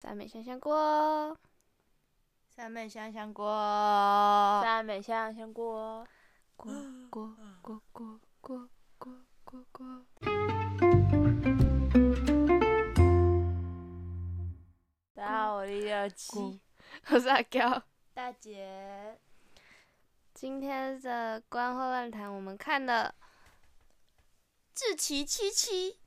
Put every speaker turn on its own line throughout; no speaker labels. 三美香香锅，
三妹香香锅，
三美香香锅，
哦锅锅锅锅锅锅锅锅。
大家好，我是六
锅
七
我是阿娇。
大姐。
今天的官话论坛，我们看了
志奇七七。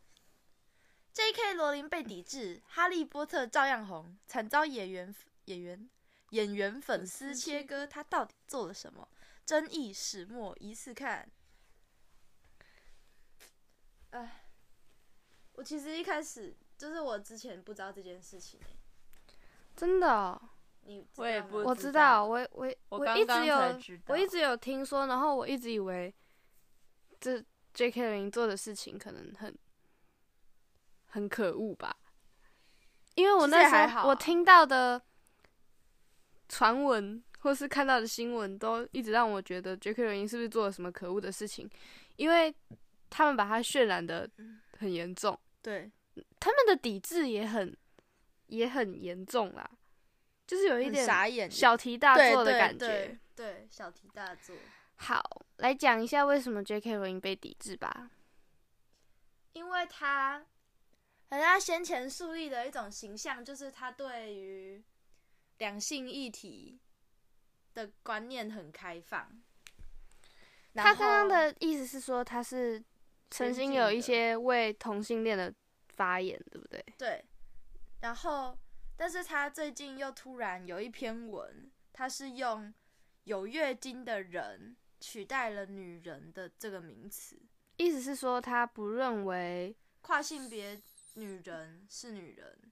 J.K. 罗琳被抵制，《哈利波特》照样红，惨遭演员演员演员粉丝切割。他到底做了什么？争议始末，疑似看。哎，我其实一开始就是我之前不知道这件事情、欸，
真的哦、
你知道
我也
吗
不
我知道，我我我
我刚
一直
刚才
有
知道，
我
啊
一直有听说，然后我一直以为这 J.K. 罗琳做的事情可能很很可恶吧，因为我
其
那
实也还
时
好啊
候我听到的传闻或是看到的新闻，都一直让我觉得 J.K. 罗琳是不是做了什么可恶的事情，因为他们把它渲染的很严重，
对，
他们的抵制也很也很严重啦，就是有一
很
点
傻眼，
小题大
对
做的
对
感觉。
对对，小题大做。
好，来讲一下为什么 J.K. 罗琳被抵制吧。
因为他，好像他先前树立的一种形象，就是他对于两性议题的观念很开放。然
他
后
刚刚的意思是说，他是曾经有一些为同性恋的发言，对不对？
对，然后，但是他最近又突然有一篇文，他是用有月经的人取代了“女人”的这个名词，
意思是说，他不认为
跨性别女人是女人，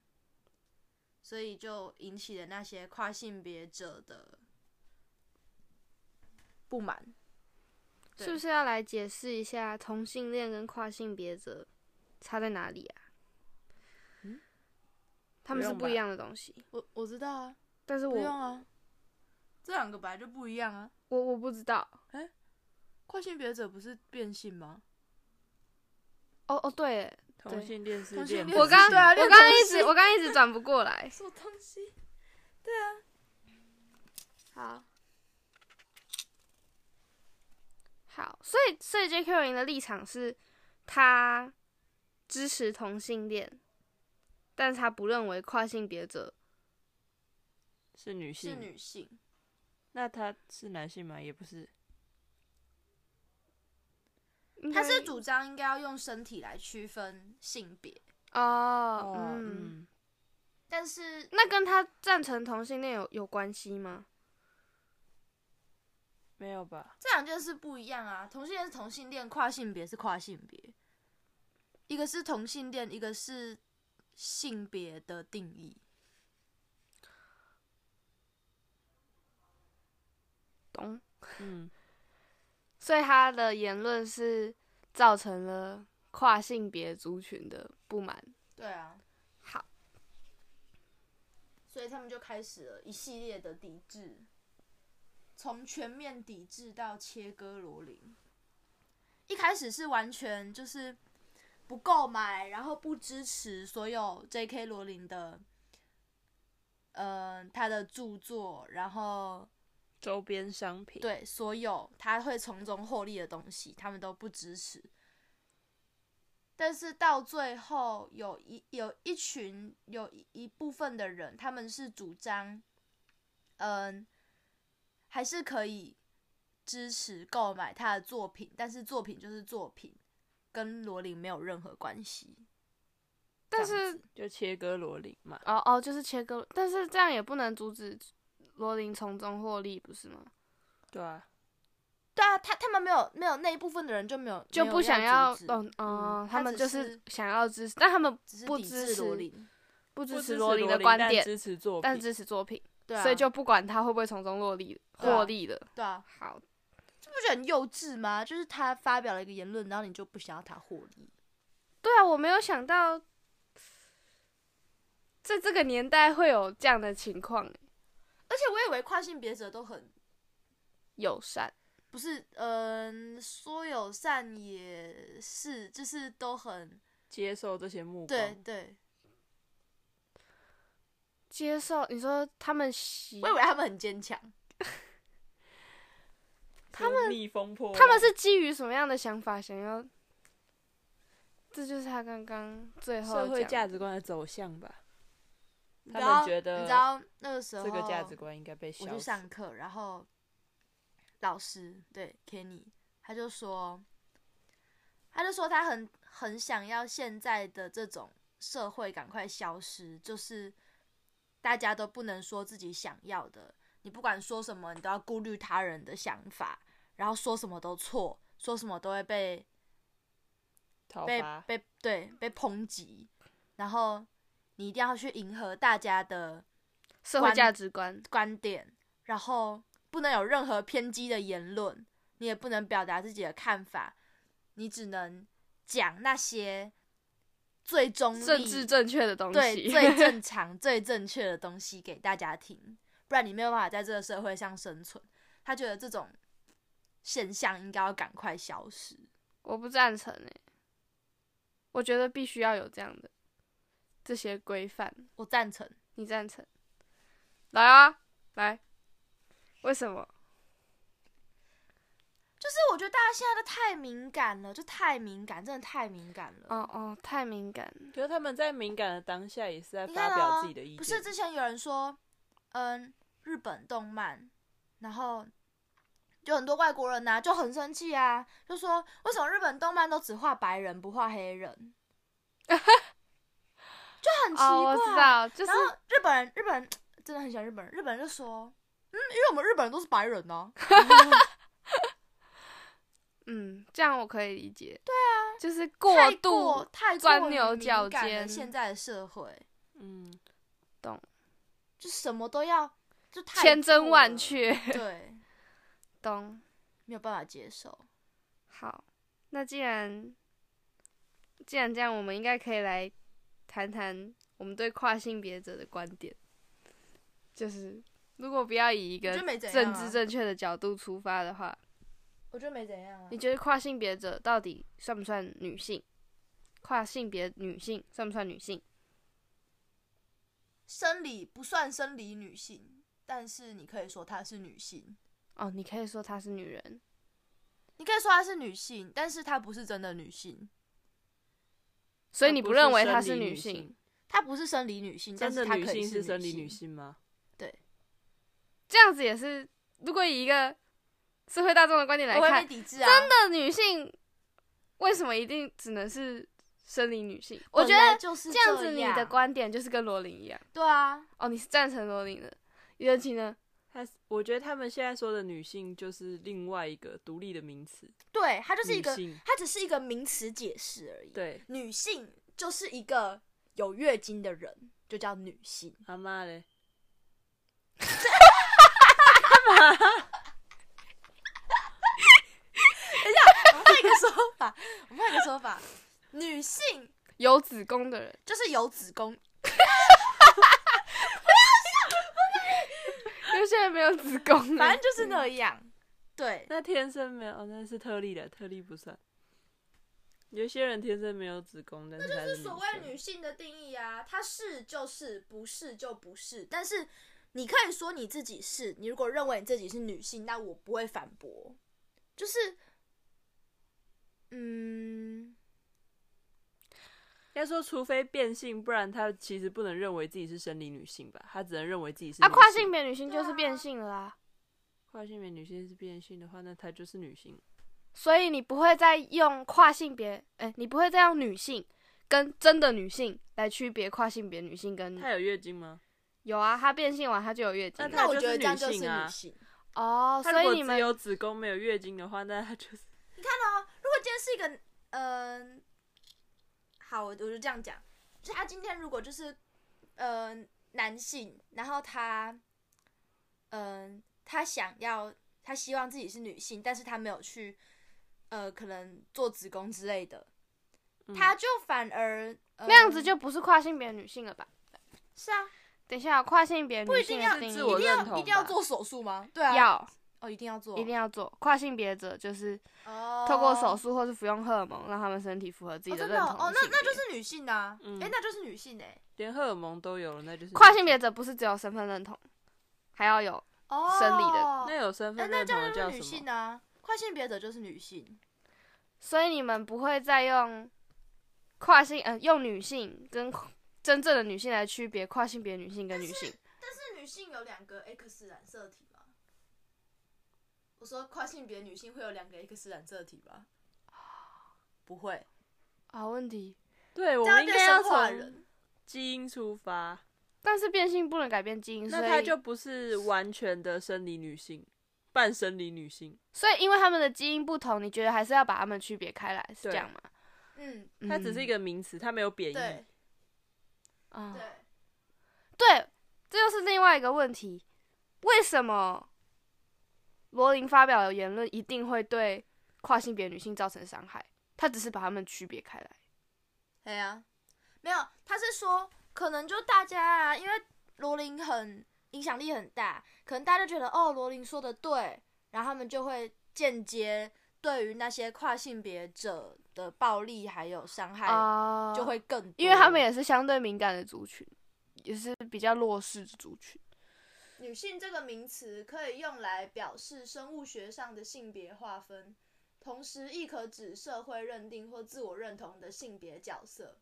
所以就引起了那些跨性别者的不满。对
是不是要来解释一下同性恋跟跨性别者差在哪里啊？
嗯
他们是
不用吧
不一样的东西，
我我知道啊，
但是
不用
我
啊，这两个本来就不一样啊。
我我不知道。
跨性别者不是变性吗？
哦哦，对耶，
同性恋是
同性
恋
恋
不
我刚
对啊
我
恋
刚
童
刚一直
癖
我刚刚一直转不过 来。
什么东西？啊
好，好，所以所以 J.K. 罗琳的立场是，他支持同性恋，但是他不认为跨性别者
是女性，
是女性，
那他是男性吗？也不是，
应
他
该
是主张应该要用身体来区分性别，
哦，
哦
嗯，
嗯，
但是
那跟他赞成同性恋有有关系吗？
没有吧？
这两件事不一样啊，同性恋是同性恋，跨性别是跨性别，一个是同性恋，一个是性别的定义。
懂？
嗯，
所以他的言论是造成了跨性别族群的不满。
对啊，
好，
所以他们就开始了一系列的抵制，从全面抵制到切割罗琳。一开始是完全就是不购买，然后不支持所有 J.K. 罗琳的，呃，他的著作，然后
周边商品，
对所有他会从中获利的东西，他们都不支持。但是到最后，有一有一群有一一部分的人，他们是主张，嗯，还是可以支持购买他的作品，但是作品就是作品，跟罗琳没有任何关系。
但
这样
是
子
就切割罗琳嘛。
哦哦，就是切割，但是这样也不能阻止罗琳从中获利，不是吗？
对啊，
对啊，他他们没有没有那一部分的人就没有
就
没有
不想要
阻止
懂哦，他
嗯他
们
只
就是是想要支持，但他们
只是
不
抵
支
制罗
持
琳，
不
不
支
支
持
持
罗琳的
琳
观
但
点，
支持作
但
品，
支持作品，
对啊，
所以就不管他会不会从中落利
对啊
获利了。
对啊，
好，
你不觉得很幼稚吗？就是他发表了一个言论，然后你就不想要他获利。
对啊，我没有想到，在这个年代会有这样的情况，
而且我以为跨性别者都很
友善。
不是，嗯、说友善也是，就是都很
哦接受这些目光。
对对，
接受，你说他们习
我以为他们很坚强，
他们逆风破，
他们是基于什么样的想法想要？这就是他刚刚最后
社会
讲
价值观的走向吧？
你
他
知道
们觉
你
得
知道那个时候
这个价值观应该被
我
消
去
除。
上课，然后老师对 Kenny，他就说，他就说他很很想要现在的这种社会赶快消失，就是大家都不能说自己想要的，你不管说什么，你都要顾虑他人的想法，然后说什么都错，说什么都会被
讨
被
伐，
被对被抨击，然后你一定要去迎合大家的
社会价值观，
观点，然后不能有任何偏激的言论，你也不能表达自己的看法，你只能讲那些最中立、
政治正确的东
对
西，
最正常、 最正确的东西给大家听，不然你没有办法在这个社会上生存。他觉得这种现象应该要赶快消失。
我不赞成诶、我觉得必须要有这样的这些规范，
我赞成，
你赞成？来啊，来，为什么？
就是我觉得大家现在都太敏感了，就太敏感，真的太敏感了。
哦哦，太敏感了，
可是他们在敏感的当下也是在
你看
发
啊
表自己的意见。
不是之前有人说，嗯，日本动漫，然后就很多外国人呐、就很生气啊，就说为什么日本动漫都只画白人不画黑 人，就很奇怪。
哦，我知道，就是
然后日本人，日本人真的很喜欢日本人，日本人就说，嗯，因为我们日本人都是白人呢、
嗯，这样我可以理解。对啊，就是过
太
度
过太过
钻
于
牛
敏
角
感了
尖
现在的社会
嗯，
就什么都要，就太
千真
过
万
了，
确，
对，
懂？
没有办法接受。
好，那既然既然这样，我们应该可以来谈谈我们对跨性别者的观点，就是如果不要以一
我
个
觉得没怎样
政
啊
治正确的角度出发的话，
我觉得没怎样啊
你觉得跨性别者到底算不算女性？跨性别女性算不算女性？
生理不算生理女性，但是你可以说她是女性，
哦，你可以说她是女人，
你可以说她是女性，但是她不是真的女性，
所以
她
你
不
不
是
认为
生
她
理
是
女
女
性
性？
她不是生理女性，但
真的
是她
女
可以
性
是
生理
女
女。性吗？
这样子也是，如果以一个社会大众的观点来
我会
看
被，抵制啊！真的，
那女性为什么一定只能是生理女性？我觉
本来
得
就是
这样子，你的
样
观点就是跟罗琳一样。
对啊，
哦，你是赞成罗琳的，尤其呢？
她，我觉得他们现在说的女性就是另外一个独立的名词，
对，它就是一
女
个，
性。
它只是一个名词解释而已。，
对，
女性就是一个有月经的人，就叫女性。
他妈嘞，
我们换一个说法，我们换一个说法，女性
有子宫的人，
就是有子宫，
因为现在没有子宫
反
了
正。就是那样。对，
那天生没有，哦那是特例的，特例不算。有些人天生没有子宫，但是她
就是
嗯是
所谓
生
女性的定义啊，她是就是，不是就不是。但是你可以说你自己是，你如果认为你自己是女性，那我不会反驳。就是，嗯，
应该说，除非变性，不然她其实不能认为自己是生理女性吧，她只能认为自己 是
啊，
女
跨
性
性别女性就是
对啊
变性了啊，
跨性别女性是变性的话，那她就是女性。
所以你不会再用跨性别，哎、你不会再用女性跟真的女性来区别跨性别女性跟
她有月经吗？
有啊，她变性完她就有月经
那
了
那
她
我
就
觉
是
得这样就是
女性啊
女性。
哦，
她
所
如
以
果
你
只
们
有子宫没有月经的话，那她就是
如果今天是一个，嗯、好，我我就这样讲，就是他今天如果就是，呃，男性，然后他，嗯、他想要，他希望自己是女性，但是他没有去，呃，可能做子宫之类的，
嗯
他就反而、呃
那样子就不是跨性别女性了吧？
是啊，
等一下，跨性别
不一
女性
定
的
要
定义
自我
一定要
认同
一定要
吧
做手术吗？对啊，
要
哦，一定要做，
一定要做。跨性别者就是
哦，
透过手术或是服用荷尔蒙，让他们身体符合自己
哦，真
认
的
同
哦，哦那
性别
那就是女性的、啊，哎、
嗯
那就是女性哎、
连荷尔蒙都有了，那就是
跨性别者不是只有身份认同，还要有
哦，
生理的
那有身
哎、
份
那
认
这
同
样
的
就是
叫
女
什
性
么？
啊，跨性别者就是女性，
所以你们不会再用跨性，呃，用女性跟跨真正的女性来区别跨性别女性跟女性。
但是女性有两个 X 染色体吗？我说跨性别女性会有两个 X 染色体吗？不会，
好问题，
对，我
这样
们应
就
该要
生化
从
人。
基因出发，
但是变性不能改变基因，
那
所
她
以
就不是完全的生理女性，半生理女性，
所以因为他们的基因不同，你觉得还是要把他们区别开来，是这
对
样吗？
嗯，
它只是一
个
个名词，它没有贬义
对。
啊、
对，
对，这就是另外一个问题，为什么罗琳发表的言论一定会对跨性别女性造成伤害？她只是把他们区别开来。
对啊呀、没有，他是说可能就大家啊，因为罗琳很影响力很大，可能大家就觉得哦，罗琳说的对，然后他们就会间接对于那些跨性别者的暴力还有伤害，
啊
就会更多
因为他们也是相对敏感的族群，也是比较弱势的族群。
女性这个名词可以用来表示生物学上的性别划分，同时亦可指社会认定或自我认同的性别角色。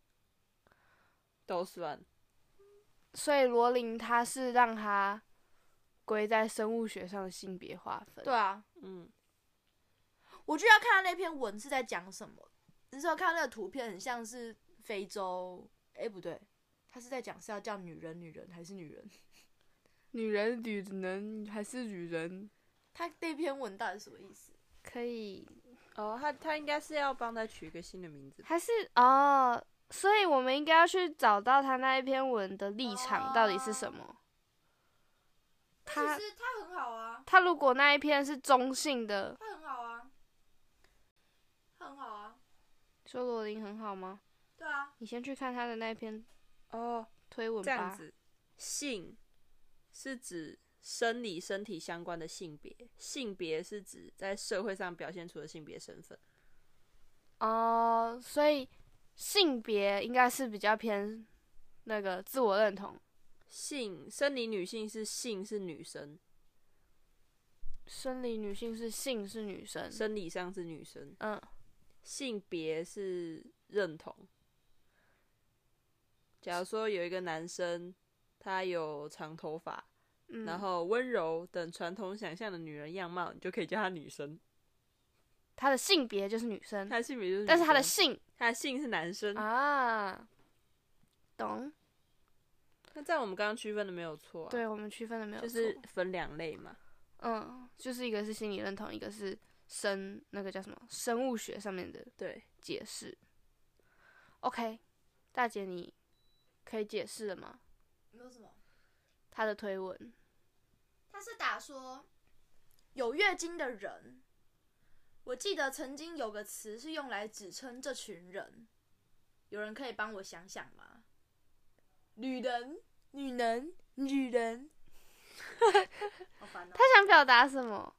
都算，
所以罗琳她是让她归在生物学上的性别划分。
对，啊，
嗯，
我就要看他那篇文是在讲什么。那时候看到那个图片，很像是非洲，哎、不对，他是在讲是要叫女人女人还是女人？
女人女人还是女人，
他那篇文到底什么意思？
可以，
哦，她她应该是要帮她取一个新的名字吧，
还是哦，所以我们应该要去找到她那一篇文的立
哦
场到底是什么。她
实他很好啊，
她如果那一篇是中性的，
他很好啊，他很好啊，
说罗琳很好吗？
对啊，
你先去看她的那一篇
哦，
推文吧。
这样子，性是指生理身体相关的性别，性别是指在社会上表现出的性别身份。
哦、所以性别应该是比较偏那个自我认同，
性生理女性是性是女生，
生理女性是性是女生，
生理上是女生，
嗯，
性别是认同。假如说有一个男生，他有长头发，
嗯
然后温柔等传统想象的女人样貌，你就可以叫她女生。
她的性别就是女生，
她的性别就是女生，
但是她的性
她的性是男生。
啊，懂？
那这样我们刚刚区分的没有错、啊，
对我们区分的没有
就
错，
是分两类嘛。
嗯，就是一个是心理认同，一个是生那个叫什么生物学上面的
对，
解释。OK，大姐你可以解释了吗？
没有什么。
她的推文，
他是打说有月经的人。我记得曾经有个词是用来指称这群人，有人可以帮我想想吗？女人，女人，女人， 好烦哦
她。想表达什么？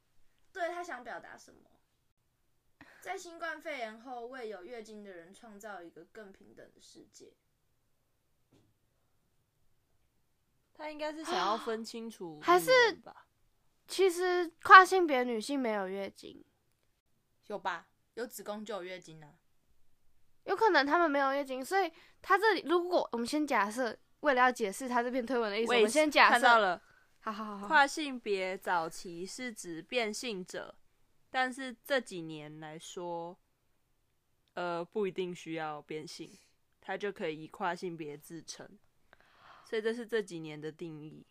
对他想表达什么？在新冠肺炎后，为有月经的人创造一个更平等的世界。
她应该是想要分清楚
还是
女人吧？
其实跨性别女性没有月经，
有吧？有子宫就有月经啊。
有可能她们没有月经，所以她这里如果我们先假设，为了要解释她这篇推文的意思，我
也
们先假
看到
设，
了，
好好好好，
跨性别早期是指变性者，但是这几年来说，呃，不一定需要变性，他就可以以跨性别自称，所以这是这几年的定义。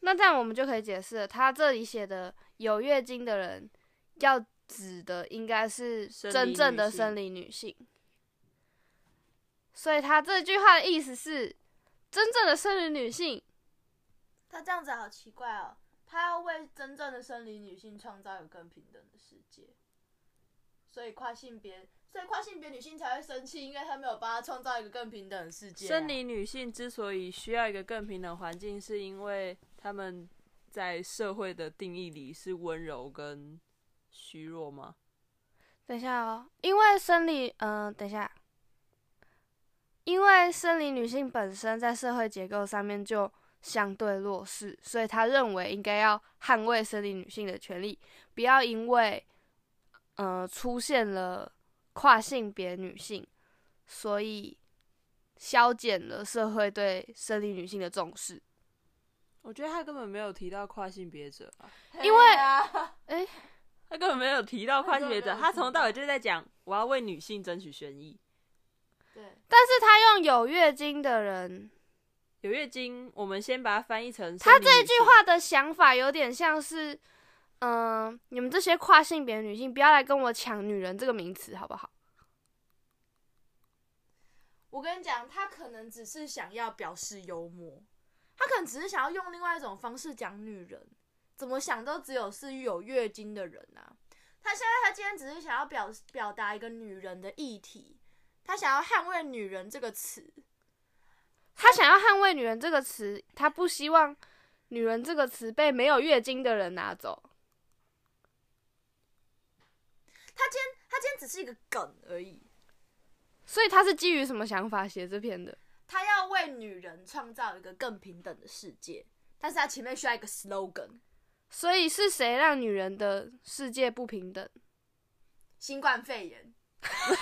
那这样我们就可以解释了，她这里写的有月经的人要指的应该是
生理
真正的
女性
生理女性，所以她这句话的意思是真正的生理女性，
他这样子好奇怪哦，他要为真正的生理女性创造有更平等的世界，所以跨性别，所以跨性别女性才会生气，因为她没有帮她创造一个更平等的世界啊、
生理女性之所以需要一个更平等环境，是因为她们在社会的定义里是温柔跟虚弱吗？
等一下哦，因为生理，嗯、等一下，因为生理女性本身在社会结构上面就相对弱势，所以他认为应该要捍卫生理女性的权利，不要因为，呃，出现了跨性别女性，所以消减了社会对生理女性的重视。
我觉得他根本没有提到跨性别者吧，
因为
对啊，
他根本没有提到跨性别者，
他根本没有
他从头到尾就是在讲我要为女性争取权益。
对，
但是他用有月经的人，
有月经，我们先把它翻译成
他
这
这句话的想法有点像是，嗯、你们这些跨性别女性，不要来跟我抢“女人”这个名词，好不好？
我跟你讲，他可能只是想要表示幽默，他可能只是想要用另外一种方式讲女人，怎么想都只有是有月经的人啊。他现在他今天只是想要表表达一个女人的议题，他想要捍卫“女人”这个词，
他想要捍卫“女人”这个词，他不希望“女人”这个词被没有月经的人拿走。
他今天只是一个梗而已。
所以他是基于什么想法写这篇的？
他要为女人创造一个更平等的世界，但是他前面需要一个 slogan，
所以是谁让女人的世界不平等？
新冠肺炎。干嘛？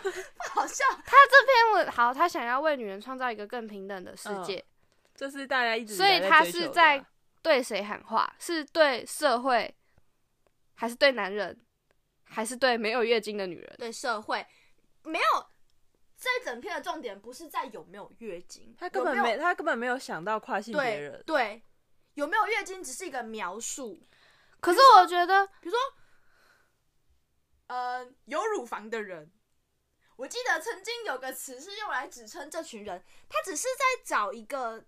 不好笑。
但我好，他想要为女人创造一个更平等的世界，
这是大家一直以
所以
来
他
追
是
求的
在
啊
对谁喊话？是对社会，还是对男人，还是对没有月经的女人？
对社会没有这一整篇的重点不是在有没有月经，
他根本
有
没
有
他根本没有想到跨性别
对
人，
对有没有月经只是一个描述。
可是我觉得
呃，有乳房的人，我记得曾经有个词是用来指称这群人，他只是在找一个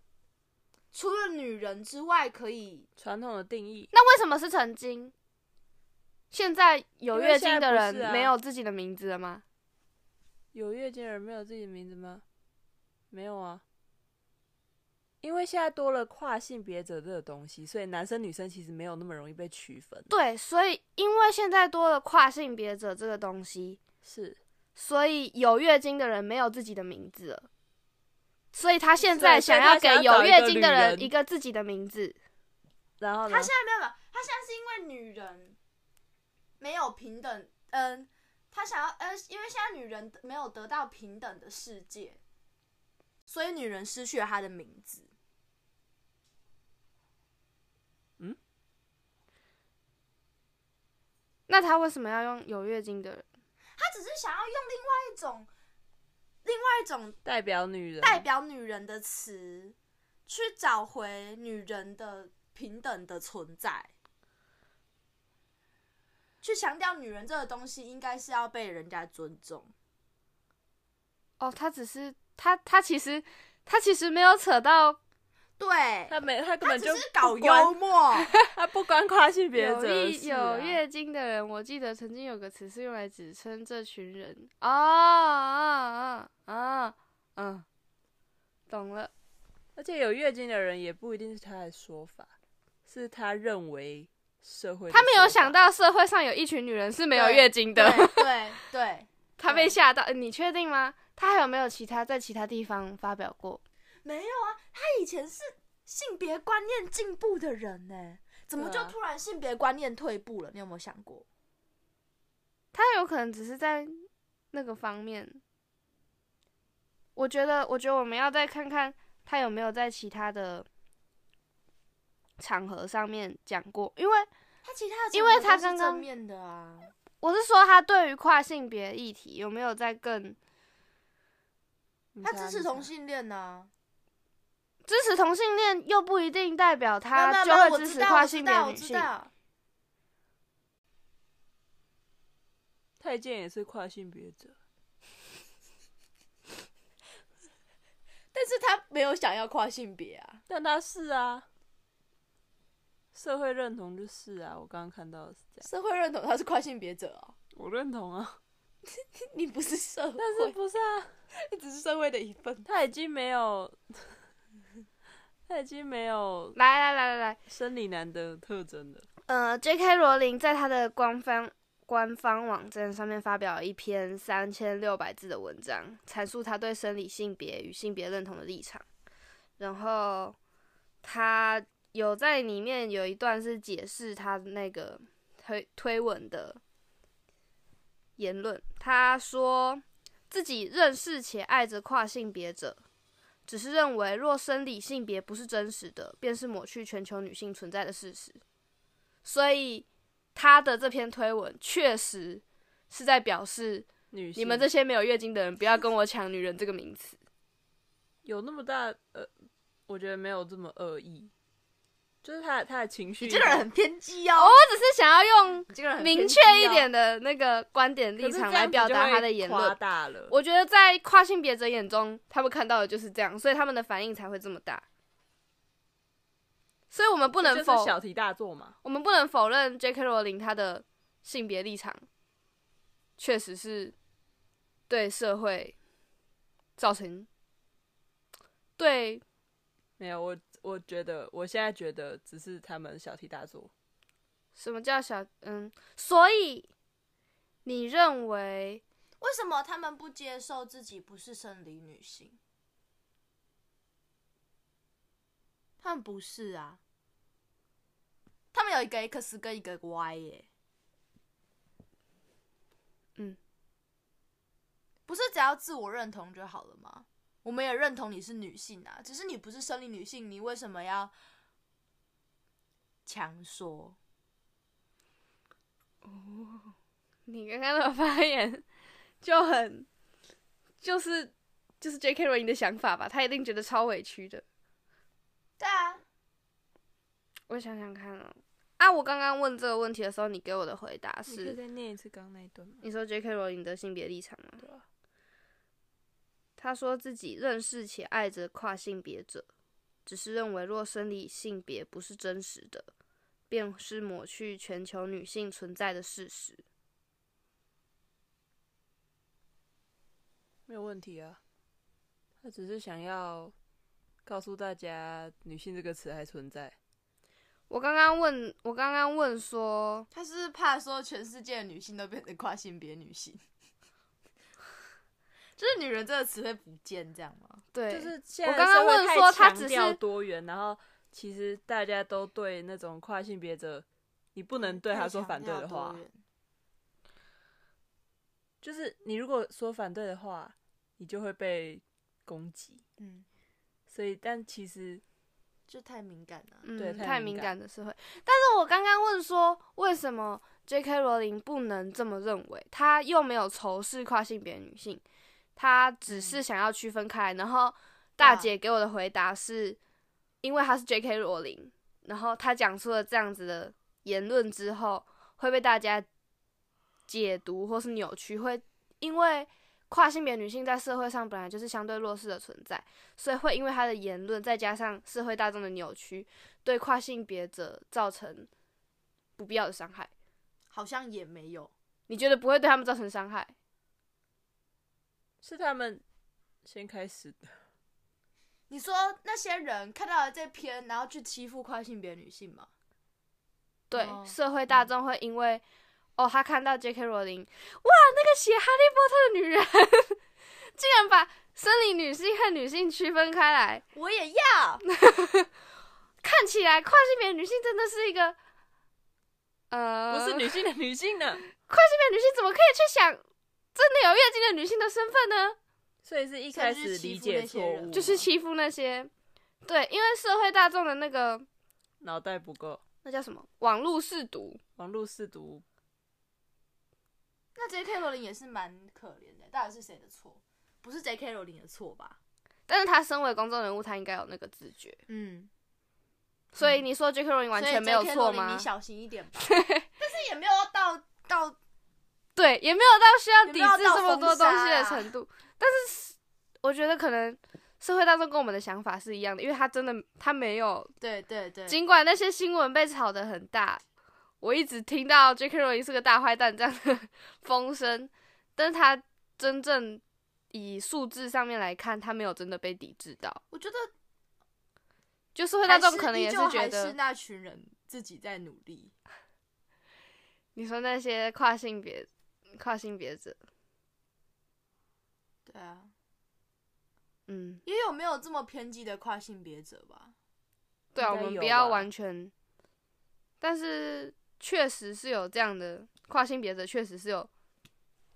除了女人之外可以
传统的定义。
那为什么是曾经？现在有
因为
月
现
经
在
的
不
人
是啊
没有自己的名字了吗？
有月经人没有自己的名字吗？没有啊，因为现在多了跨性别者这个东西，所以男生女生其实没有那么容易被区分。
对，所以因为现在多了跨性别者这个东西，
是，
所以有月经的人没有自己的名字了。所以他现
对
在
所以
想
他
要
想
给
要
有
找一
月
个
经
女
的人
人
一个自己的名字，
然后呢
他？现在没有没有，他现在是因为女人没有平等，嗯，他想要，呃，因为现在女人没有得到平等的世界，所以女人失去了她的名字。
那他为什么要用有月经的人？
他只是想要用另外一种，另外一种
代表女人，
代表女人的词，去找回女人的平等的存在，去强调女人这个东西应该是要被人家尊重。
哦，他只是他他其实他其实没有扯到
对，
他没，他根
他
本
只
就是
搞
不关
幽，默。
他不关跨性别
有
者的
一
事
有
啊
月经的人，我记得曾经有个词是用来指称这群人。哦，啊啊啊，嗯，懂了。
而且有月经的人也不一定是他的说法，是他认为社会的
他没有
说法
想到社会上有一群女人是没有月经 的，
对对对，
他被吓到。呃你确定吗？他还有没有其他在其他地方发表过？
没有啊，他以前是性别观念进步的人呢、怎么
对
就
啊
突然性别观念退步了？你有没有想过？
他有可能只是在那个方面。我觉得，我觉得我们要再看看他有没有在其他的场合上面讲过，因为
他其他的
因为
场合
他
都是
刚刚
正面的啊，
我是说，他对于跨性别议题有没有在更
你
他
猜
啊
支持
你
同
猜
性恋啊呢、
支持同性恋，又不一定代表
啊。没
他
有
就
没有没
会
有，我
支持
知道
跨
我
性
知
别
道我
女
知
性。
道。
太监也是跨性别者，
但是他没有想要跨性别啊，
但他是啊，社会认同就是啊，我刚刚看到的是这样，
社会认同他是跨性别者哦，
我认同啊，
你不是社会，
但是不是啊，
你只是社会的一份。
他已经没有，他已经没有
来来来来来，
生理男的特征了。
呃，J.K. 罗琳在她的官方官方网站上面发表了一篇三千六百字的文章，阐述她对生理性别与性别认同的立场。然后她有在里面有一段是解释她那个推推文的言论，她说自己认识且爱着跨性别者。只是认为，若生理性别不是真实的，便是抹去全球女性存在的事实。所以他的这篇推文确实是在表示，
女性，
你们这些没有月经的人不要跟我抢“女人”这个名 词。
有那么大呃，我觉得没有这么恶意，就是他他的情绪。
你这个人很偏激
哦，
哦，
我只是想要用
你这个人很偏
明
激
确
啊
哦
一点，的那个观点立场来表达他的言
夸
论。
大了。
我觉得在跨性别者眼中，他们看到的就是这样，所以他们的反应才会这么大。所以我们不能
就是
否
小题大做嘛。
我们不能否认 J.K. 罗琳她的性别立场确实是对社会造成对
没有，我我觉得我现在觉得只是他们小题大做。
什么叫小嗯，所以你认为
为什么他们不接受自己不是生理女性？他们不是啊，他们有一个 X 跟一个 Y 耶、
嗯，
不是只要自我认同就好了吗？我们也认同你是女性啊，只是你不是生理女性，你为什么要强说？
你刚刚的发言就很就是就是 J.K. 罗琳的想法吧？她一定觉得超委屈的。
对啊，
我想想看哦，啊，我刚刚问这个问题的时候，你给我的回答
你可以
是
再念一次刚刚那一段吗？
你说 J.K. 罗琳的性别立场吗？
对啊，
他说自己认识且爱着跨性别者，只是认为若生理性别不是真实的，便是抹去全球女性存在的事实。
没有问题啊。他只是想要告诉大家，女性这个词还存在。
我刚刚问，我刚刚问说，
他是怕说全世界的女性都变成跨性别女性， 就是女人这个词汇不见这样吗？
对，
就是现在
我刚刚
社会
问
太
说他
强
只
调
是
多元，然后其实大家都对那种跨性别者，你不能对他说反对的话，就是你如果说反对的话，你就会被攻击。
嗯，
所以，但其实
就太敏感了。
对
嗯，
太
太
敏
敏
感
感的社会。但是我刚刚问说，为什么 J.K. 罗琳不能这么认为？她又没有仇视跨性别女性，她
嗯
只是想要区分开来。然后大姐给我的回答是，因为她是 J.K. 罗琳，然后她讲出了这样子的言论之后，会被大家解读或是扭曲，会因为。跨性别女性在社会上本来就是相对弱势的存在，所以会因为她的言论，再加上社会大众的扭曲，对跨性别者造成不必要的伤害。
好像也没有，
你觉得不会对他们造成伤害？
是他们先开始的，
你说那些人看到了这篇，然后去欺负跨性别女性吗？
对，
哦
社会大众会因为、哦，他看到 J.K. 罗琳，哇，那个写《哈利波特》的女人， 竟然把生理女性和女性区分开来，
我也要，
看起来跨性别女性真的是一个，呃，
不是女性的女性呢，
跨性别女性怎么可以去想真的有月经的女性的身份呢？
所以是一
所以
开
就是
始
欺
理
负
解
那些
错
人
误嘛，
就是欺负那些，对，因为社会大众的那个
脑袋不够，
那叫什么网络试读，
网络试读
那 J.K. 罗琳也是蛮可怜的，到底是谁的错？不是 J.K. 罗琳的错吧？
但是他身为公众人物，他应该有那个自觉。
嗯，
所以你说 J.K. 罗琳完全没有错
你
吗？
小心一点吧。但是也没有到到
对，也没有到需要抵
也没有
制
到
这么多东西的
封杀啊
程度。但是我觉得可能社会大众跟我们的想法是一样的，因为他真的他没有，
对对对，
尽管那些新闻被炒得很大，我一直听到 J.K. 罗琳是个大坏蛋这样的 风声，但是他真正以数字上面来看，他没有真的被抵制到。
我觉得
就是会大众
还是
可能也
依旧
觉
还是
得，
那群人自己在努力。
你说那些跨性别跨性别者，
对啊，
嗯，
也有没有这么偏激的跨性别者吧？
对啊，
应
我
该
们
有
不要
吧
完全，但是确实是有这样的跨性别者，确实是有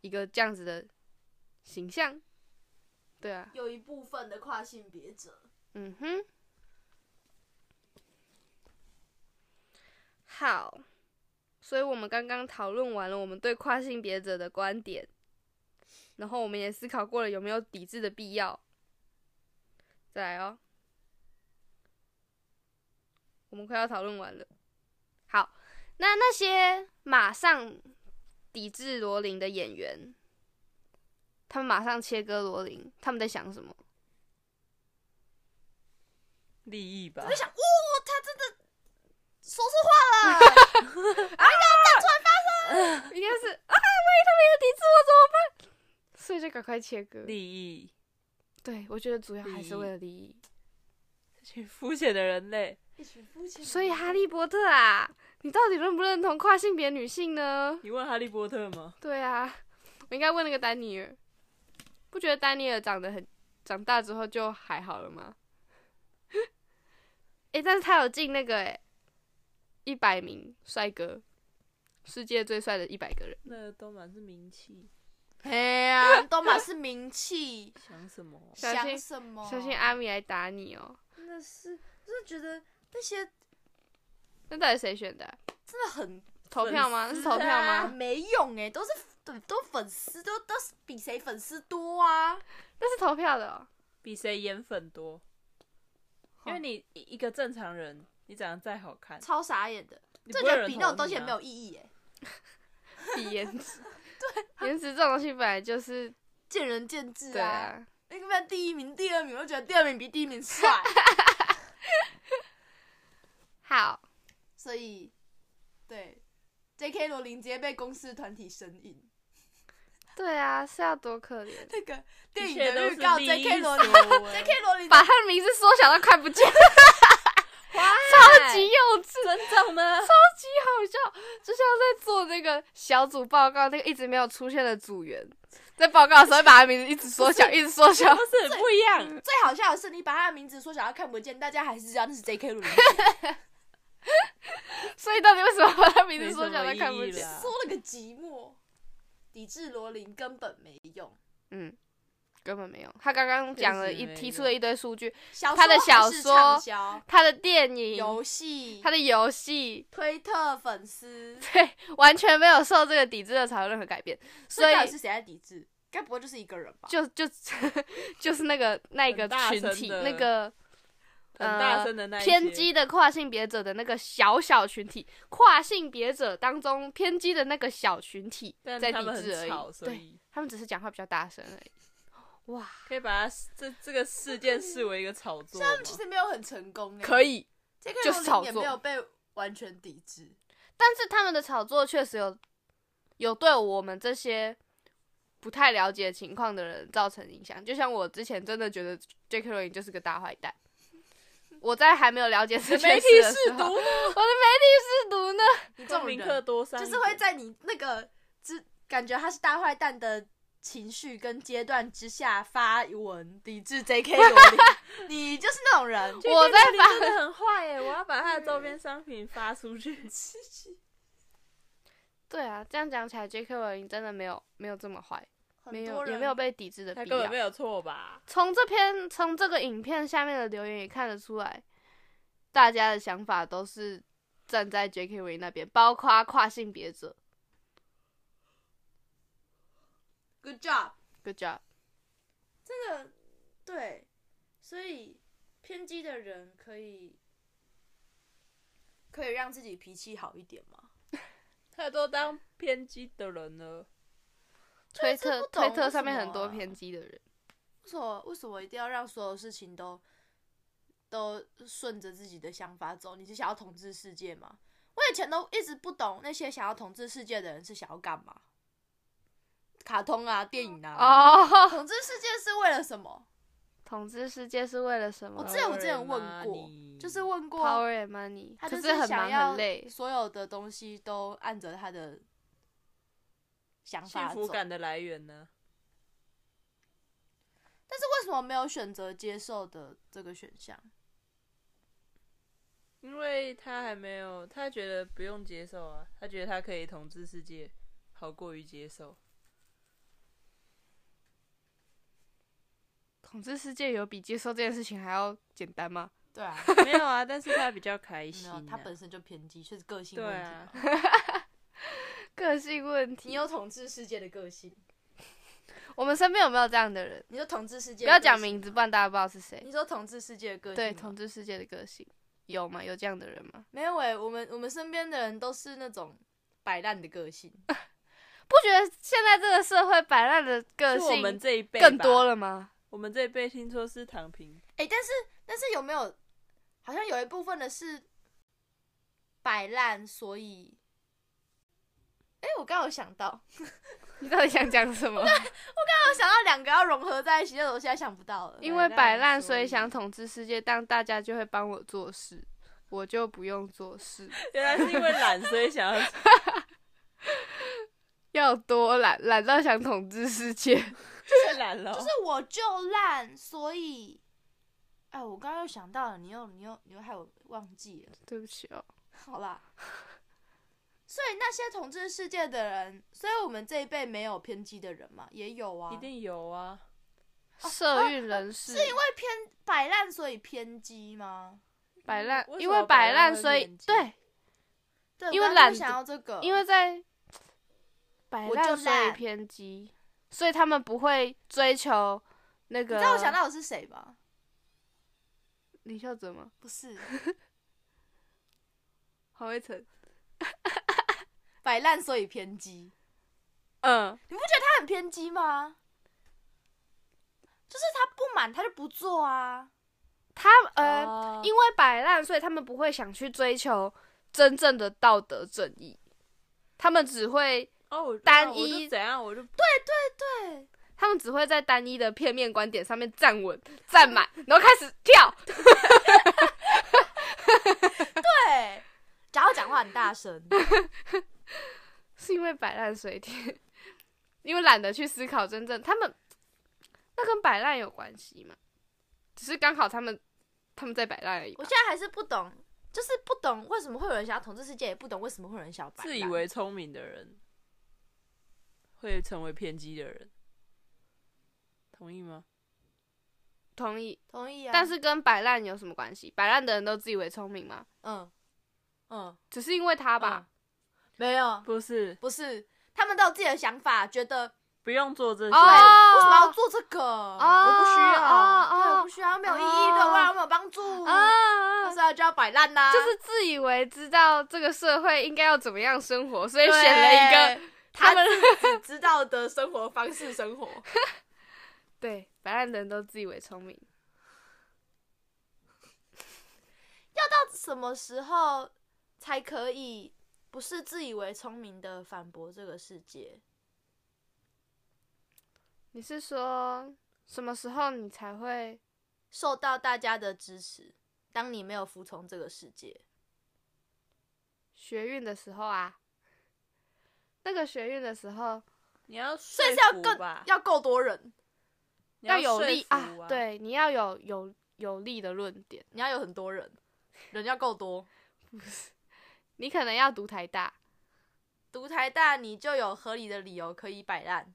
一个这样子的形象，对啊，
有一部分的跨性别者，
嗯哼，好，所以我们刚刚讨论完了我们对跨性别者的观点，然后我们也思考过了有没有抵制的必要。再来哦，我们快要讨论完了。好，那那些马上抵制罗琳的演员，他们马上切割罗琳，他们在想什么？
利益吧
我就。想，哇、他真的说错话了，
应该是啊，万一他们也抵制我怎么办？所以就赶快切割。
利益，
对，我觉得主要还
利
是
益
为了利益。
这群 肤浅的人类，
一群肤浅的人。
所以哈利波特啊，你到底认不认同跨性别女性呢？
你问哈利波特吗？
对啊，我应该问那个丹尼尔，不觉得丹尼尔长得很长大之后就还好了吗？ 诶，但是他有进那个诶一百名帅哥，世界最帅的一百个人。
那都满是名气，
哎 呀，都满是名气，
想什么啊？
小心
想什么？
小心啊阿米来打你哦！
真的是，真的觉得那些
那到底谁选的啊、
真的很
投票吗？
粉
是
丝
投票吗？
啊
没用哎、都是都都粉丝都都是比谁粉丝多啊。
那是投票的、哦，
比谁颜粉多？因为你一一个正常人，你长得再好看，
超傻眼的，
你
就
不
觉
会有
得
人
比那种
投
东
你
西
啊
很没有意义哎、
比颜值。对，颜值这种东西本来就是
见仁见智
对
啊。
啊。
那个班第一名、第二名，我觉得第二名比第一 名帅，
好，
所以对 J.K. 罗琳直接被公司团体神隐。
对啊，是要多可怜，
那个电
一
影
切
的
都
预
是
告
利益
，J.K. 罗琳
所为
，J.K. 罗琳
把他的名字缩小到看不见，超级幼稚，
尊重 呢？
超级好笑，就像在做那个小组报告，那个一直没有出现的组员，在报告的时候会把他的名字一直缩小，一直缩小
不。是不一样，
最好笑的是，你把他的名字缩小到看不见，大家还是知道那是 J.K. 罗琳，
所以到底为什么把他名字
没
缩
什
小
么
到
意
看不
义
见？
啦。
说了个寂寞。抵制罗琳根本没用，
嗯，根本没有。他刚刚讲了一
确实没
提出
用
了一堆数据，
小
他的小
还是畅
说
销
他的电影、
游戏，
他的游戏，
推特粉丝，
对，完全没有受这个抵制的潮流任何改变，所
所
以
以是谁在抵制？该不会就是一个人吧？
就 就就是那个那一个
很大
群
声
体，
的
那个
很大声的那一些
偏激的跨性别者的那个小小群体，跨性别者当中偏激的那个小群体
但
在
他
抵
们
制
很
而
吵，
已，
所
对
以
他们只是讲话比较大声而已。哇，
可以把它这这个事件视为一个炒作吗。
他们其实没有很成功哎、
可以，
这个
就是炒作
也没有被完全抵制，
但是他们的炒作确实有有对我们这些不太了解情况的人造成影响。就像我之前真的觉得 J.K. 罗琳就是个大坏蛋，我在还没有了解这件
媒体
事的时
试
候，
读
我的媒，体试读呢，
你这
这
种
明克
人
多山
就是会在你那个之感觉他是大坏蛋的情绪跟阶段之下发文抵制 J.K. 罗琳，你就是那种人。
我在
发，真的很坏耶！我要把他的周边商品发出去。
对啊，这样讲起来，J.K. 罗琳真的没有没有这么坏，没
很多
有
人
也没有被抵制的
他
必
根
要
本没。有错吧？
从这篇从这个影片下面的留言也看得出来，大家的想法都是站在 J.K. 罗琳那边，包括跨性别者。
Good job，
Good job。
真的对，所以偏激的人可以可以让自己脾气好一点吗？
他都当偏激的人了，
推
这
特
不懂
推特上
为什
面
么
很多
啊
偏激的人，
为什么为什么一定要让所有事情都都顺着自己的想法走？你是想要统治世界吗？我以前都一直不懂那些想要统治世界的人是想要干嘛。卡通啊，电影啊，
哦，
统治世界是为了什么？
统治世界是为了什么
我之前我之前问过，
Money
就是问过
嗯？Power and money，
他
可
就是
很
想
忙
要
很累。
所有的东西都按着他的想
幸
法
福
走。
感的来源呢？
但是为什么没有选择接受的这个选项？
因为他还没有，他觉得不用接受啊，他觉得他可以统治世界，好过于接受。
统治世界有比接受这件事情还要简单吗？
对啊，
没有啊，但是他比较 开
没
心、啊
有，。他本身就偏激，确实个性问
对
题
啊
吧。，
个性问
你
题，
有统治世界的个性，
我们身边有没有这样的人？
你说统治世界，
不要讲名字，，不然大家不知道是谁。
你说统治世界的个性，
对，统，治世界的个性有吗？有这样的人吗？
没有诶、欸我们我们身边的人都是那种摆烂的个性，
不觉得现在这个社会摆烂的个
是我们
性
这一辈
更多
了。
了吗？
我们这一辈听说是躺平，
诶、但是但是有没有，好像有一部分的是摆烂，所以，诶、我刚刚有想到，
你到底想讲什 么？
我想到两个要融合在一起，但是我现在想不到了。
因为摆烂，所
所
以
以
想统治世界，但大家就会帮我做事，我就不用做事。
原来是因为懒，所以想 要。
要多懒，懒到想统治世界。
太懒了哦。
就是我就烂，所以，哎，我刚刚又想到了，你又你又你又害我忘记了。
对不起哦，
好啦，所以那些统治世界的人，所以我们这一辈没有偏激的人嘛，也有啊，
一定有啊，
社运人士、
是因为偏摆烂所以偏激吗？
摆烂，
为什
因
么
为摆烂，所以
会变激
对，
对，
因为
我刚刚
懒
就想要这个，
因为在摆
我呃就
烂，所以
烂
偏激，所以他们不会追求那
你
个。
知道我想到我是谁吧？
李秀哲吗？
不是
黄伟成，
摆烂所以偏激，
嗯，
他很偏激吗？就是他不满他就不做啊，
他呃，
哦
因为摆烂，所以他们不会想去追求真正的道德正义，他们只会，
哦，我
单
啊我就
一
怎样，我就
对。
他们只会在单一的片面观点上面站稳、站满，然后开始跳。
对，然后讲话很大声，
是因为摆烂水天， 因为懒得去思考真正他们，那跟摆烂有关系吗？只是刚好他们他们在摆烂而已吧
我。现在还是不懂，就是不懂为什么会有人想要统治世界，也不懂为什么会有人想要摆烂
自以为聪明的人会成为偏激的人，同意吗？
同意，
同意啊，
但是跟摆烂有什么关系？摆烂的人都自以为聪明吗？
嗯嗯，
只是因为他吧，
嗯没有，
不是，
不是，他们都有自己的想法，觉得
不用做这些。
对
哦
为什么要做这个？我不需要，
哦哦
对，我不需要，没有意义，
哦
对我来没有帮助，
啊
所以哦就要摆烂啦，
就是自以为知道这个社会应该要怎么样生活，所以选了一个
个
他们
只知道的生活方式生活。
对摆烂的人都自以为聪明，
什么时候才可以不是自以为聪明的反驳这个世界？
你是说什么时候你才会
受到大家的支持，当你没有服从这个世界，
学运的时候啊，那个学运的时候
你要说
所以是要
服
更
吧，
要够多人，
你
要
要
有
说
力
服
啊
啊，，，
对，你要有有有力的论点，
你要有很多人，人要够多。
你可能要读台大，
读台大，你就有合理的理由可以摆烂。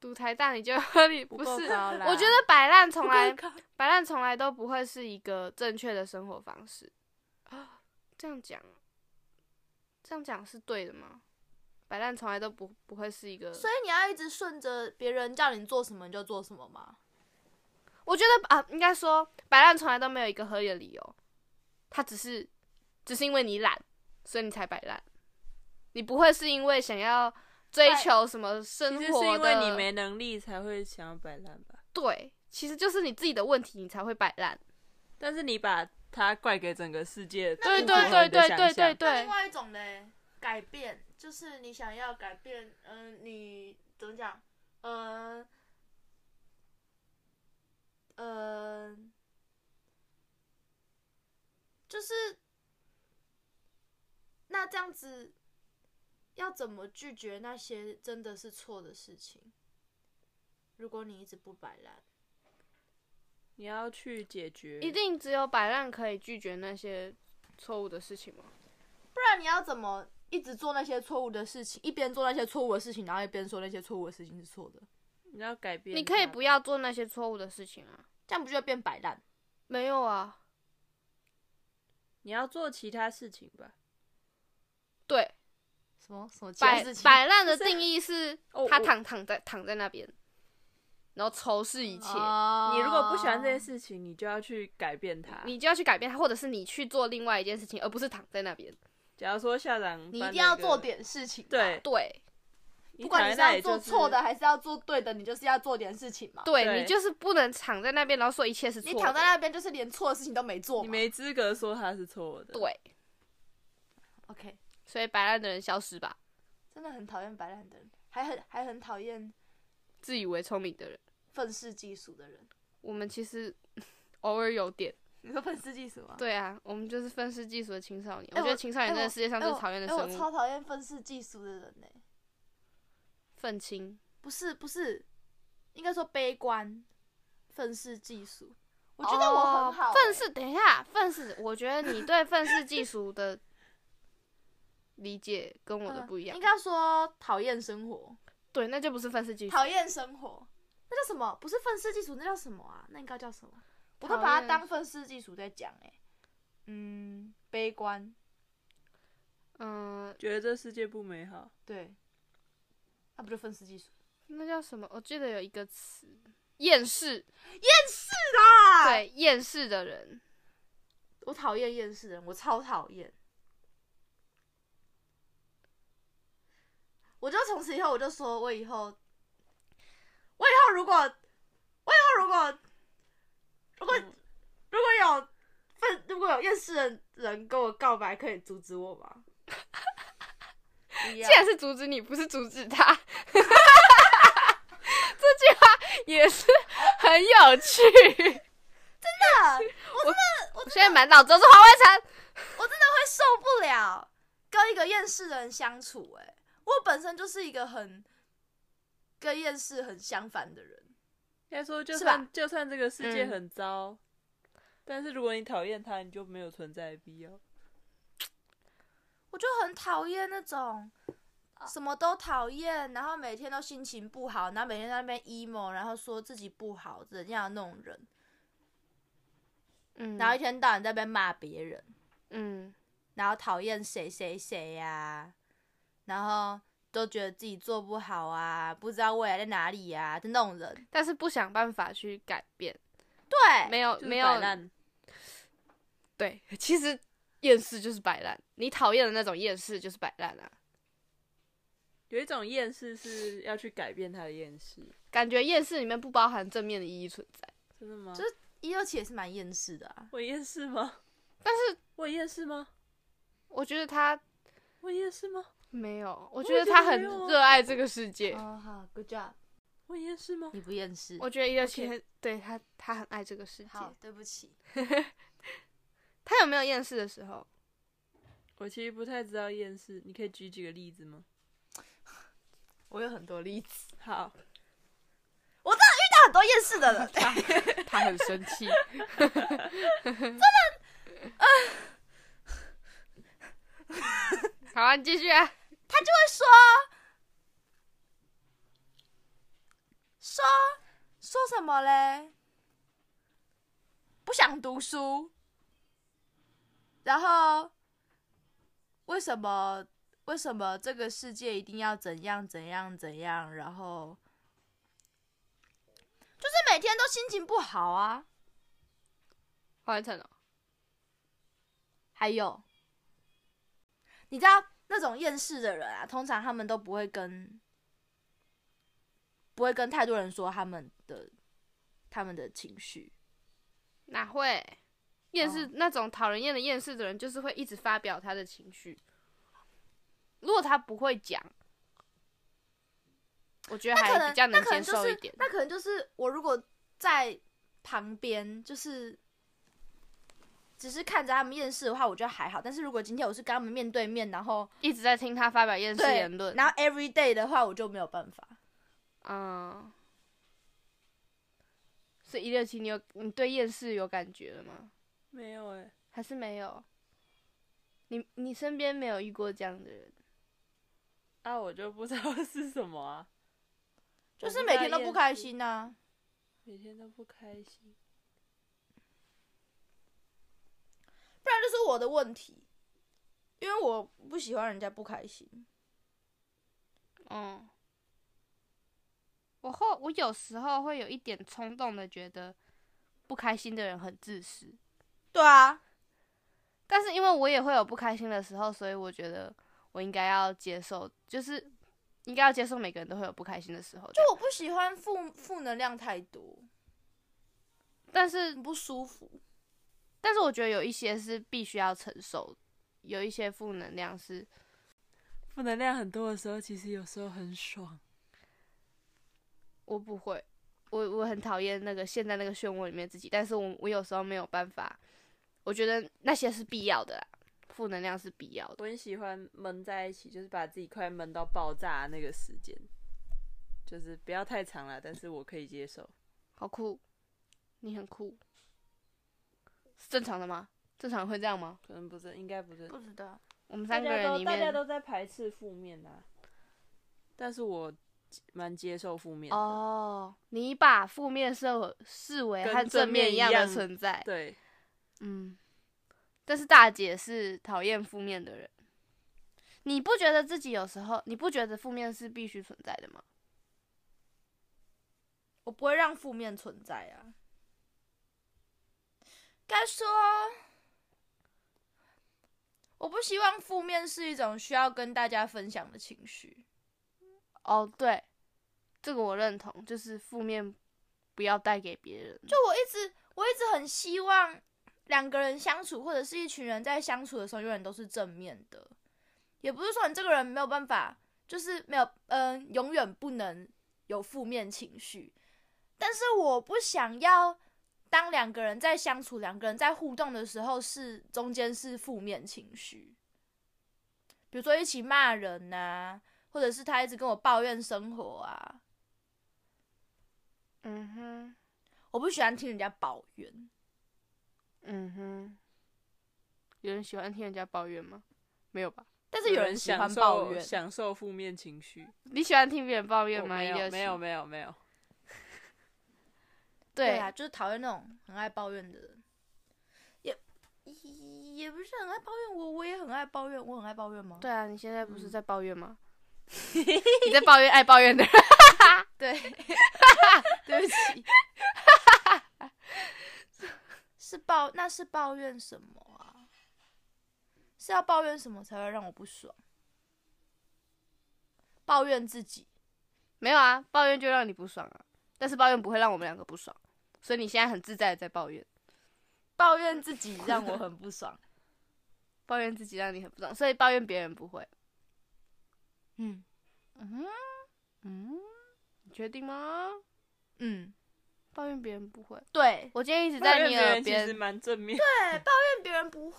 读台大你就 合理不
不够
是？
高啦
我觉得摆烂从来
不可靠
摆烂从来都不会是一个正确的生活方式 这样讲，这样讲是对的吗？摆烂从来都不不会是一个，
所以你要一直顺着别人叫你做什么你就做什么嘛。
我觉得啊，应该说摆烂从来都没有一个合理的理由，他只是只是因为你懒，所以你才摆烂，你不会是因为想要追求什么生
其实
活
是
的，
因为你没能力才会想要摆烂吧。
对，其实就是你自己的问题，你才会摆烂。
但是你把它怪给整个世界，
对
不符
对对
合你的
对对
想
对
象，
那
对
另，外一种嘞，改变就是你想要改变，嗯、呃你怎么讲，嗯、呃，呃，就是那这样子，要怎么拒绝那些真的是错的事情？如果你一直不摆烂，
你要去解决，
一定只有摆烂可以拒绝那些错误的事情吗？
不然你要怎么一直做那些错误的事情，一边做那些错误的事情，然后一边说那些错误的事情是错的，
你要改变它。
你可以不要做那些错误的事情啊。
这样不就会变摆烂？
没有啊，
你要做其他事情吧。
对，
什么什么其他
摆
事情？
摆烂的定义是
哦
他
我
躺躺在躺在那边，然后仇视一切，
哦
你如果不喜欢这件事情，你就要去改变它。
你就要去改变它，或者是你去做另外一件事情，而不是躺在那边。
假如说校长，
你一定要做，点事情吧。
对
对，
你
不管你
躺
是
在那
要
里
做
就是
错的还是要做对的，你就是要做点事情嘛。
对
对
你就是不能躺在那边，然后说一切是错
你
的。
躺在那边就是连错的事情都没做嘛。
你没资格说他是错的。，
对，
OK，
所以摆烂的人消失吧，
真的很讨厌摆烂的人，还很还很讨厌
自以为聪明的人，
愤世嫉俗的人。
我们其 实偶尔有点。
你说愤世嫉俗吗？
对啊，我们就是愤世嫉俗的青少年。我
哎
觉得
我
青少年
哎
这个
我
世界上
哎
最
我
讨厌的
哎我
生物，
超讨厌愤世嫉俗的人呢、
愤青。
不是不是，应该说悲观，愤世嫉俗。我觉得我很
哦
好、欸
愤世，等一下，愤世，我觉得你对愤世嫉俗的理解跟我的
嗯
不一样。
应该说讨厌生活，
对，那就不是愤世嫉俗
讨。厌生活，那叫什么？不是愤世嫉俗，那叫什么啊？那应该叫什么？我都把
讨
它
厌
当愤世嫉俗在讲哎、嗯，悲观，
嗯，
觉得这世界不美好，
对，那、不就愤世嫉俗？
那叫什么？我记得有一个词，厌世。
啊
对，厌世的人，
我讨厌厌世的人，我超讨厌。我就从此以后，我就说我以后，我以后如果，我以后如果，如果、
嗯
如果有愤，如果有厌世的人跟我告白，可以阻止我 吗？不
既
要
然是阻止你，不是阻止他。 这句话也是很有趣。我现在满脑子都是黄伟成。
会受不了跟一个厌世人相处、欸。我本身就是一个很跟厌世很相反的人。
应该说就是
吧
算就算这个世界
嗯
很糟，但是如果你讨厌他，你就没有存在的必要。
我就很讨厌那种什么都讨厌，然后每天都心情不好，然后每天在那边 emo，然后说自己不好怎样的那种人，
嗯
然后一天到晚在那边骂别人，
嗯，
然后讨厌谁谁谁呀、然后都觉得自己做不好啊，不知道未来在哪里呀、的那种人。
但是不想办法去改变，
对，
没有
就是
没
摆
有
烂，
对， 其实厌世就是摆烂，你讨厌的那种厌世就是摆烂啊。
有一种厌世是要去改变他的厌世，
感觉厌世里面不包含正面的意义存在，
真的吗？
就是一六七也是蛮厌世的啊。
我厌世吗？
但是
我厌世吗？
我觉得他
我厌世吗？
没有，我
也
觉得
觉
他
得
很
没有啊
热爱这个世界。
哦，好，Good job，
我厌世吗？
你不厌世。
我觉得一六七对他，他很爱这个世界。
好，对不起。
他有没有厌世的时候？
我其实不太知道厌世，你可以举几个例子吗？
我有很多例子，
好，
但很多啊厌世的人。
他很生气。 好啊，你继续啊。
说说说什么嘞？不想读书，然后为什么为什么这个世界一定要怎样怎样怎样？然后就是每天都心情不好啊。
黄一晨哦，
还有，你知道那种厌世的人啊，通常他们都不会跟不会跟太多人说他们的他们的情绪。
哪会？厌世、
哦
那种讨人厌的厌世的人，就是会一直发表他的情绪。如果他不会讲，我觉得
那可
还
能
比较
那可
接
能就
受一
是
点。
那可能就是我如果在旁边，就是只是看着他们厌世的话，我觉得还好。但是如果今天我是跟他们面对面，然后
一直在听他发表厌世
对
言论，
然后 every day 的话，我就没有办法。
嗯，所以一六七，你有你对厌世有感觉了吗？
没有哎、
还是没有？你你身边没有遇过这样的人？
啊，我就不知道是什么啊，
哦
就是每天都不开心呐、啊
每天都不开心。
不然就是我的问题，因为我不喜欢人家不开心。
嗯，我后我有时候会有一点冲动的觉得不开心的人很自私，
对啊，
但是因为我也会有不开心的时候，所以我觉得我应该要接受，就是应该要接受每个人都会有不开心的时候这
就
样。
我不喜欢负负能量太多，
但是
很不舒服。
但是我觉得有一些是必须要承受，有一些负能量是
负能量很多的时候，其实有时候很爽。
我不会，我我很讨厌那个陷在那个漩涡里面自己，但是我我有时候没有办法，我觉得那些是必要的啦，负能量是必要的。
我很喜欢闷在一起，就是把自己快闷到爆炸那个时间，就是不要太长了，但是我可以接受。
好酷，你很酷，是正常的吗？正常会这样吗？
可能不是，应该不是。
不知道，
我们
大
三个
家
人
都
里
大家
面，
都在排斥负面啊，但是我蛮接受负面的。
哦，你把负面视为视为
跟
和
正
正面
面
一
一
样
样
的存在，
对，
嗯，但是大姐是讨厌负面的人。你不觉得自己有时候，你不觉得负面是必须存在的吗？
我不会让负面存在啊。该说，我不希望负面是一种需要跟大家分享的情绪。
哦，对，这个我认同，就是负面不要带给别人。
就我一直，我一直很希望两个人相处，或者是一群人在相处的时候，永远都是正面的。也不是说你这个人没有办法，就是没有，嗯、永远不能有负面情绪。但是我不想要，当两个人在相处、两个人在互动的时候是，中间是负面情绪，比如说一起骂人呐、或者是他一直跟我抱怨生活啊，
嗯哼，
我不喜欢听人家抱怨。
嗯哼，有人喜欢听人家抱怨吗？没有吧？
但是有人喜
享
欢
受
抱怨，
享受负面情绪。
你喜欢听别人抱怨
我
吗？
没
167
有，没有，，没有，没有。
对
啊，就是讨厌那种很爱抱怨的人，也也不是很爱抱怨我，我也很爱抱怨，我很爱抱怨吗？
对啊，你现在
嗯
不是在抱怨 吗？你在抱怨爱抱怨的人。
对，对不起，是抱那是抱怨什么啊？是要抱怨什么才会让我不爽？抱怨自己，
没有啊，抱怨就让你不爽啊，但是抱怨不会让我们两个不爽，所以你现在很自在的在抱怨，
抱怨自己让我很不爽。
抱怨自己让你很不爽，所以抱怨别人不会。
嗯
嗯嗯，你确定吗？
嗯，
抱怨别人不会，
对，
我今天一直
抱
在
怨
你
别
耳
人其实
边，
蛮正面，
但别人不会。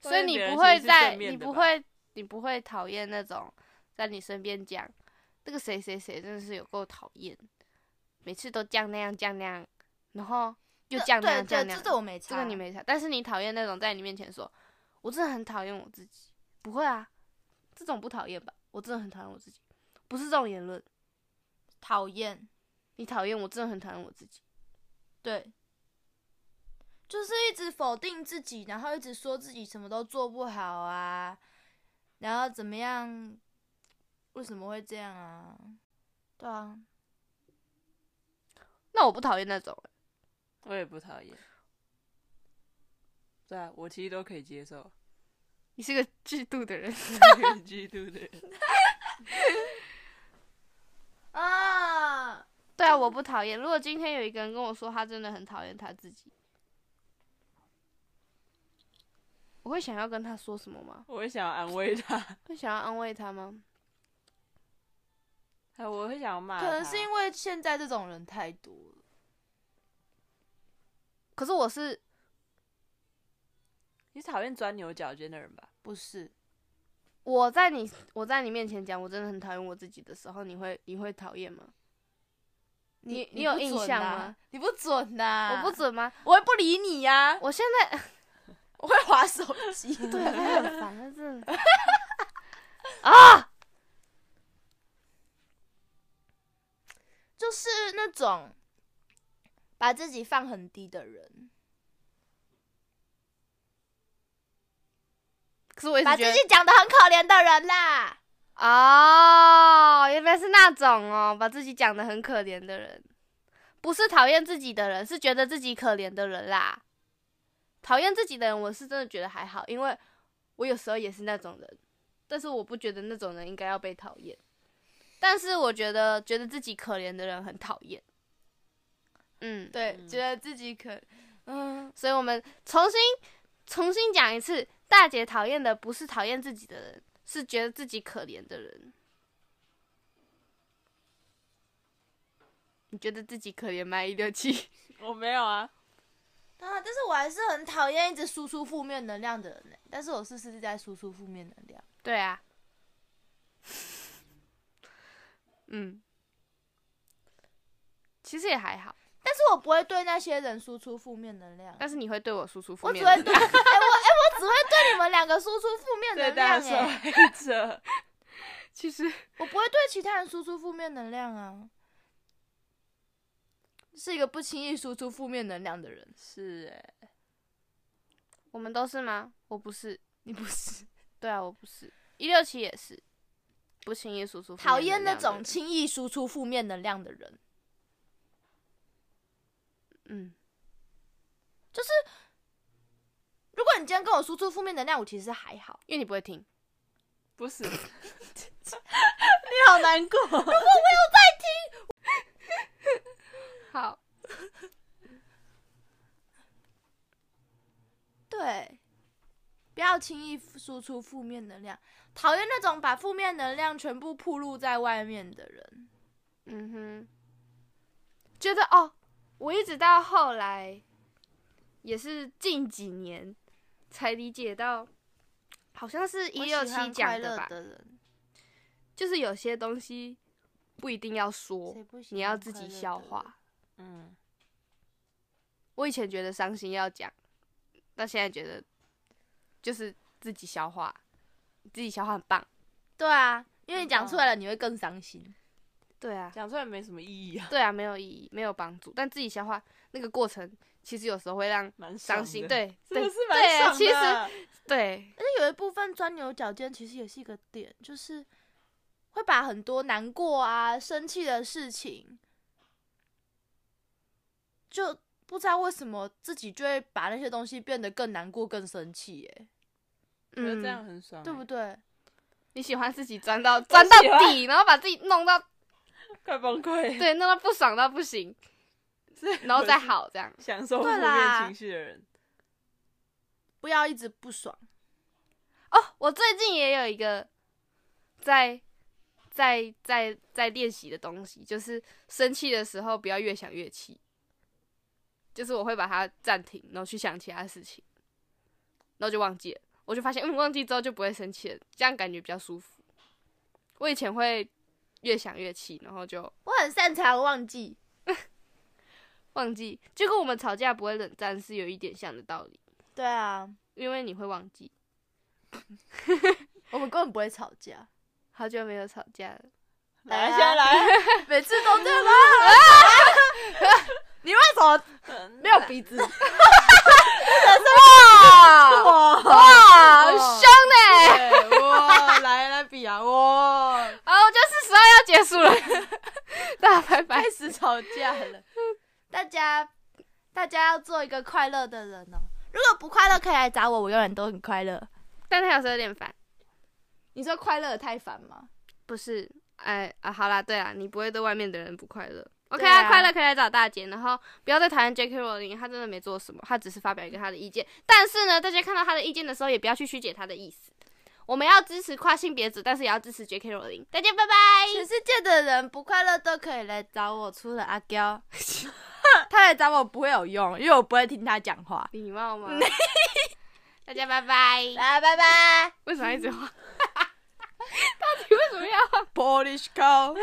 所以
抱怨
你
别
不
人其实
会
是
在，
正面
你
的
不
吧
会，你不会讨厌那种在你身边讲那个谁谁谁真的是有够讨厌，每次都这样那样这样那样，然后又
这
这样那
呃对
样这样
对，
那
这
样，
这我没差，
这个你没差，但是你讨厌那种在你面前说“我真的很讨厌我自己”，不会啊，这种不讨厌吧？我真的很讨厌我自己，不是这种言论。
讨厌。
你讨厌我，真的很讨厌我自己。
对，就是一直否定自己，然后一直说自己什么都做不好啊，然后怎么样？为什么会这样啊？对啊，
那我不讨厌那种、
我也不讨厌。对啊，我其实都可以接受，
你是个 嫉妒的人。
很嫉妒的人。
啊，
对啊，我不讨厌。如果今天有一个人跟我说他真的很讨厌他自己，我会想要跟他说什么吗？
我也想要安慰他，
会想要安慰他吗？
哎，我会想要骂他，
可能是因为现在这种人太多了。
可是我是
你讨厌钻牛角尖的人吧？
不是，
我在你我在你面前讲我真的很讨厌我自己的时候，你会你会讨厌吗？你
你
有
不
印
准
象
啊
吗？
你不准呐、
我不，准吗？
我会不理你呀、
我现 在
我会划手机。
对，很烦，
啊
他真的
就是那种把自己放很低的人，
可是我一直
把
觉
自
得
己讲的很可怜的人啦。
哦，原来是那种哦，把自己讲的很可怜的人，不是讨厌自己的人，是觉得自己可怜的人啦。讨厌自己的人，我是真的觉得还好，因为我有时候也是那种人，但是我不觉得那种人应该要被讨厌。但是我觉得觉得自己可怜的人很讨厌。嗯，
对，
嗯
觉得自己可，嗯，
所以我们重新重新讲一次，大姐讨厌的不是讨厌自己的人，是觉得自己可怜的人。你觉得自己可怜吗？一六七，
我没有啊，
啊，但是我还是很讨厌一直输出负面能量的人呢、欸但是我是是在输出负面能量，
对啊， 嗯，其实也还好，
但是我不会对那些人输出负面能量，
但是你会对我输出呃负
嗯我只
面
会
的，
对， 哎、我哎、我只会对你们两个输出负面
对
能
待
量、
受
哎，
害者，
其实
我不会对其他人输出负面能量啊。是一个不轻易输出负面能量的人，
是哎，
我们都是吗？我不是，
你不是
对啊，我不是，一六七也是，不轻易输出负面
讨厌
能量
那
的
种
人
轻易输出负面能量的人。
嗯，
如果你今天跟我输出负面能量，我其实还好。
因为你不会听。
不是，
你好难 过，
好，
对，不要轻易输出负面能量，讨厌那种把负面能量全部暴露在外面的人。
嗯哼，觉得哦，我一直到后来，也是近几年才理解到，好像是一六
我喜
七
欢快
讲
乐
吧，
的人，
就是有些东西不一定要说
谁，不喜
你要
欢
自
快
己
乐的
消
人
化。
嗯，
我以前觉得伤心要讲，但现在觉得就是自己消化，自己消化很棒。
对啊，因为你
很
讲
棒
出来了，你会更伤心。
对啊，
讲出来没什么意义啊，
对啊，没有意义，没有帮助。但自己消化那个过程，其实有时候会让
蛮
伤
爽的
心。，对，
真的
对
是蛮爽的。啊
对其实对，
但是有一部分钻牛角尖，其实也是一个点，就是会把很多难过啊、生气的事情，就不知道为什么自己就会把那些东西变得更难过、更生气，耶，
我觉得这样很爽欸，
对不对？
嗯你喜欢自己钻到钻到
喜欢
底，然后把自己弄到
快崩溃，
对弄到不爽到不行，
对
然后再好这样。
享受负
对啦
面情绪的人，
不要一直不爽，
哦，我最近也有一个在在在在练习的东西，就是生气的时候不要越想越气，就是我会把它暂停，然后去想其他事情，然后就忘记了。我就发现，嗯，忘记之后就不会生气了，这样感觉比较舒服。我以前会越想越气，然后就
我很擅长忘记。
忘记。就跟我们吵架不会冷战是有一点像的道理，
对啊，
因为你会忘记。
我们根本不会吵架，
好久没有吵架了，
来
来啊
现在来，
每次都这样吗？你为什么 没有鼻子？
哇
好凶呢、
对哇，来来比啊，哇，
啊，我就是时候要结束了，大家拜拜
开。始吵架了。大家，大家要做一个快乐的人哦。如果不快乐，可以来找我，我永远都很快乐。
但他有时候有点烦，
你说快乐得太烦吗？
不是？哎啊，好啦，对啦，你不会对外面的人不快乐。OK
对啊
快乐可以来找大姐，然后不要再讨厌 J.K. 罗琳，她真的没做什么，她只是发表一个她的意见。但是呢，大家看到她的意见的时候，也不要去曲解她的意思。我们要支持跨性别者，但是也要支持 J.K. 罗琳。大家拜拜。
哎全世界的人不快乐都可以来找我，除了阿娇， 他来找我不会有用，因为我不会听他讲话。
礼貌 吗？
大家拜拜。
来，拜拜
为什么要一直 画？到底为什么要？
，Polish cow。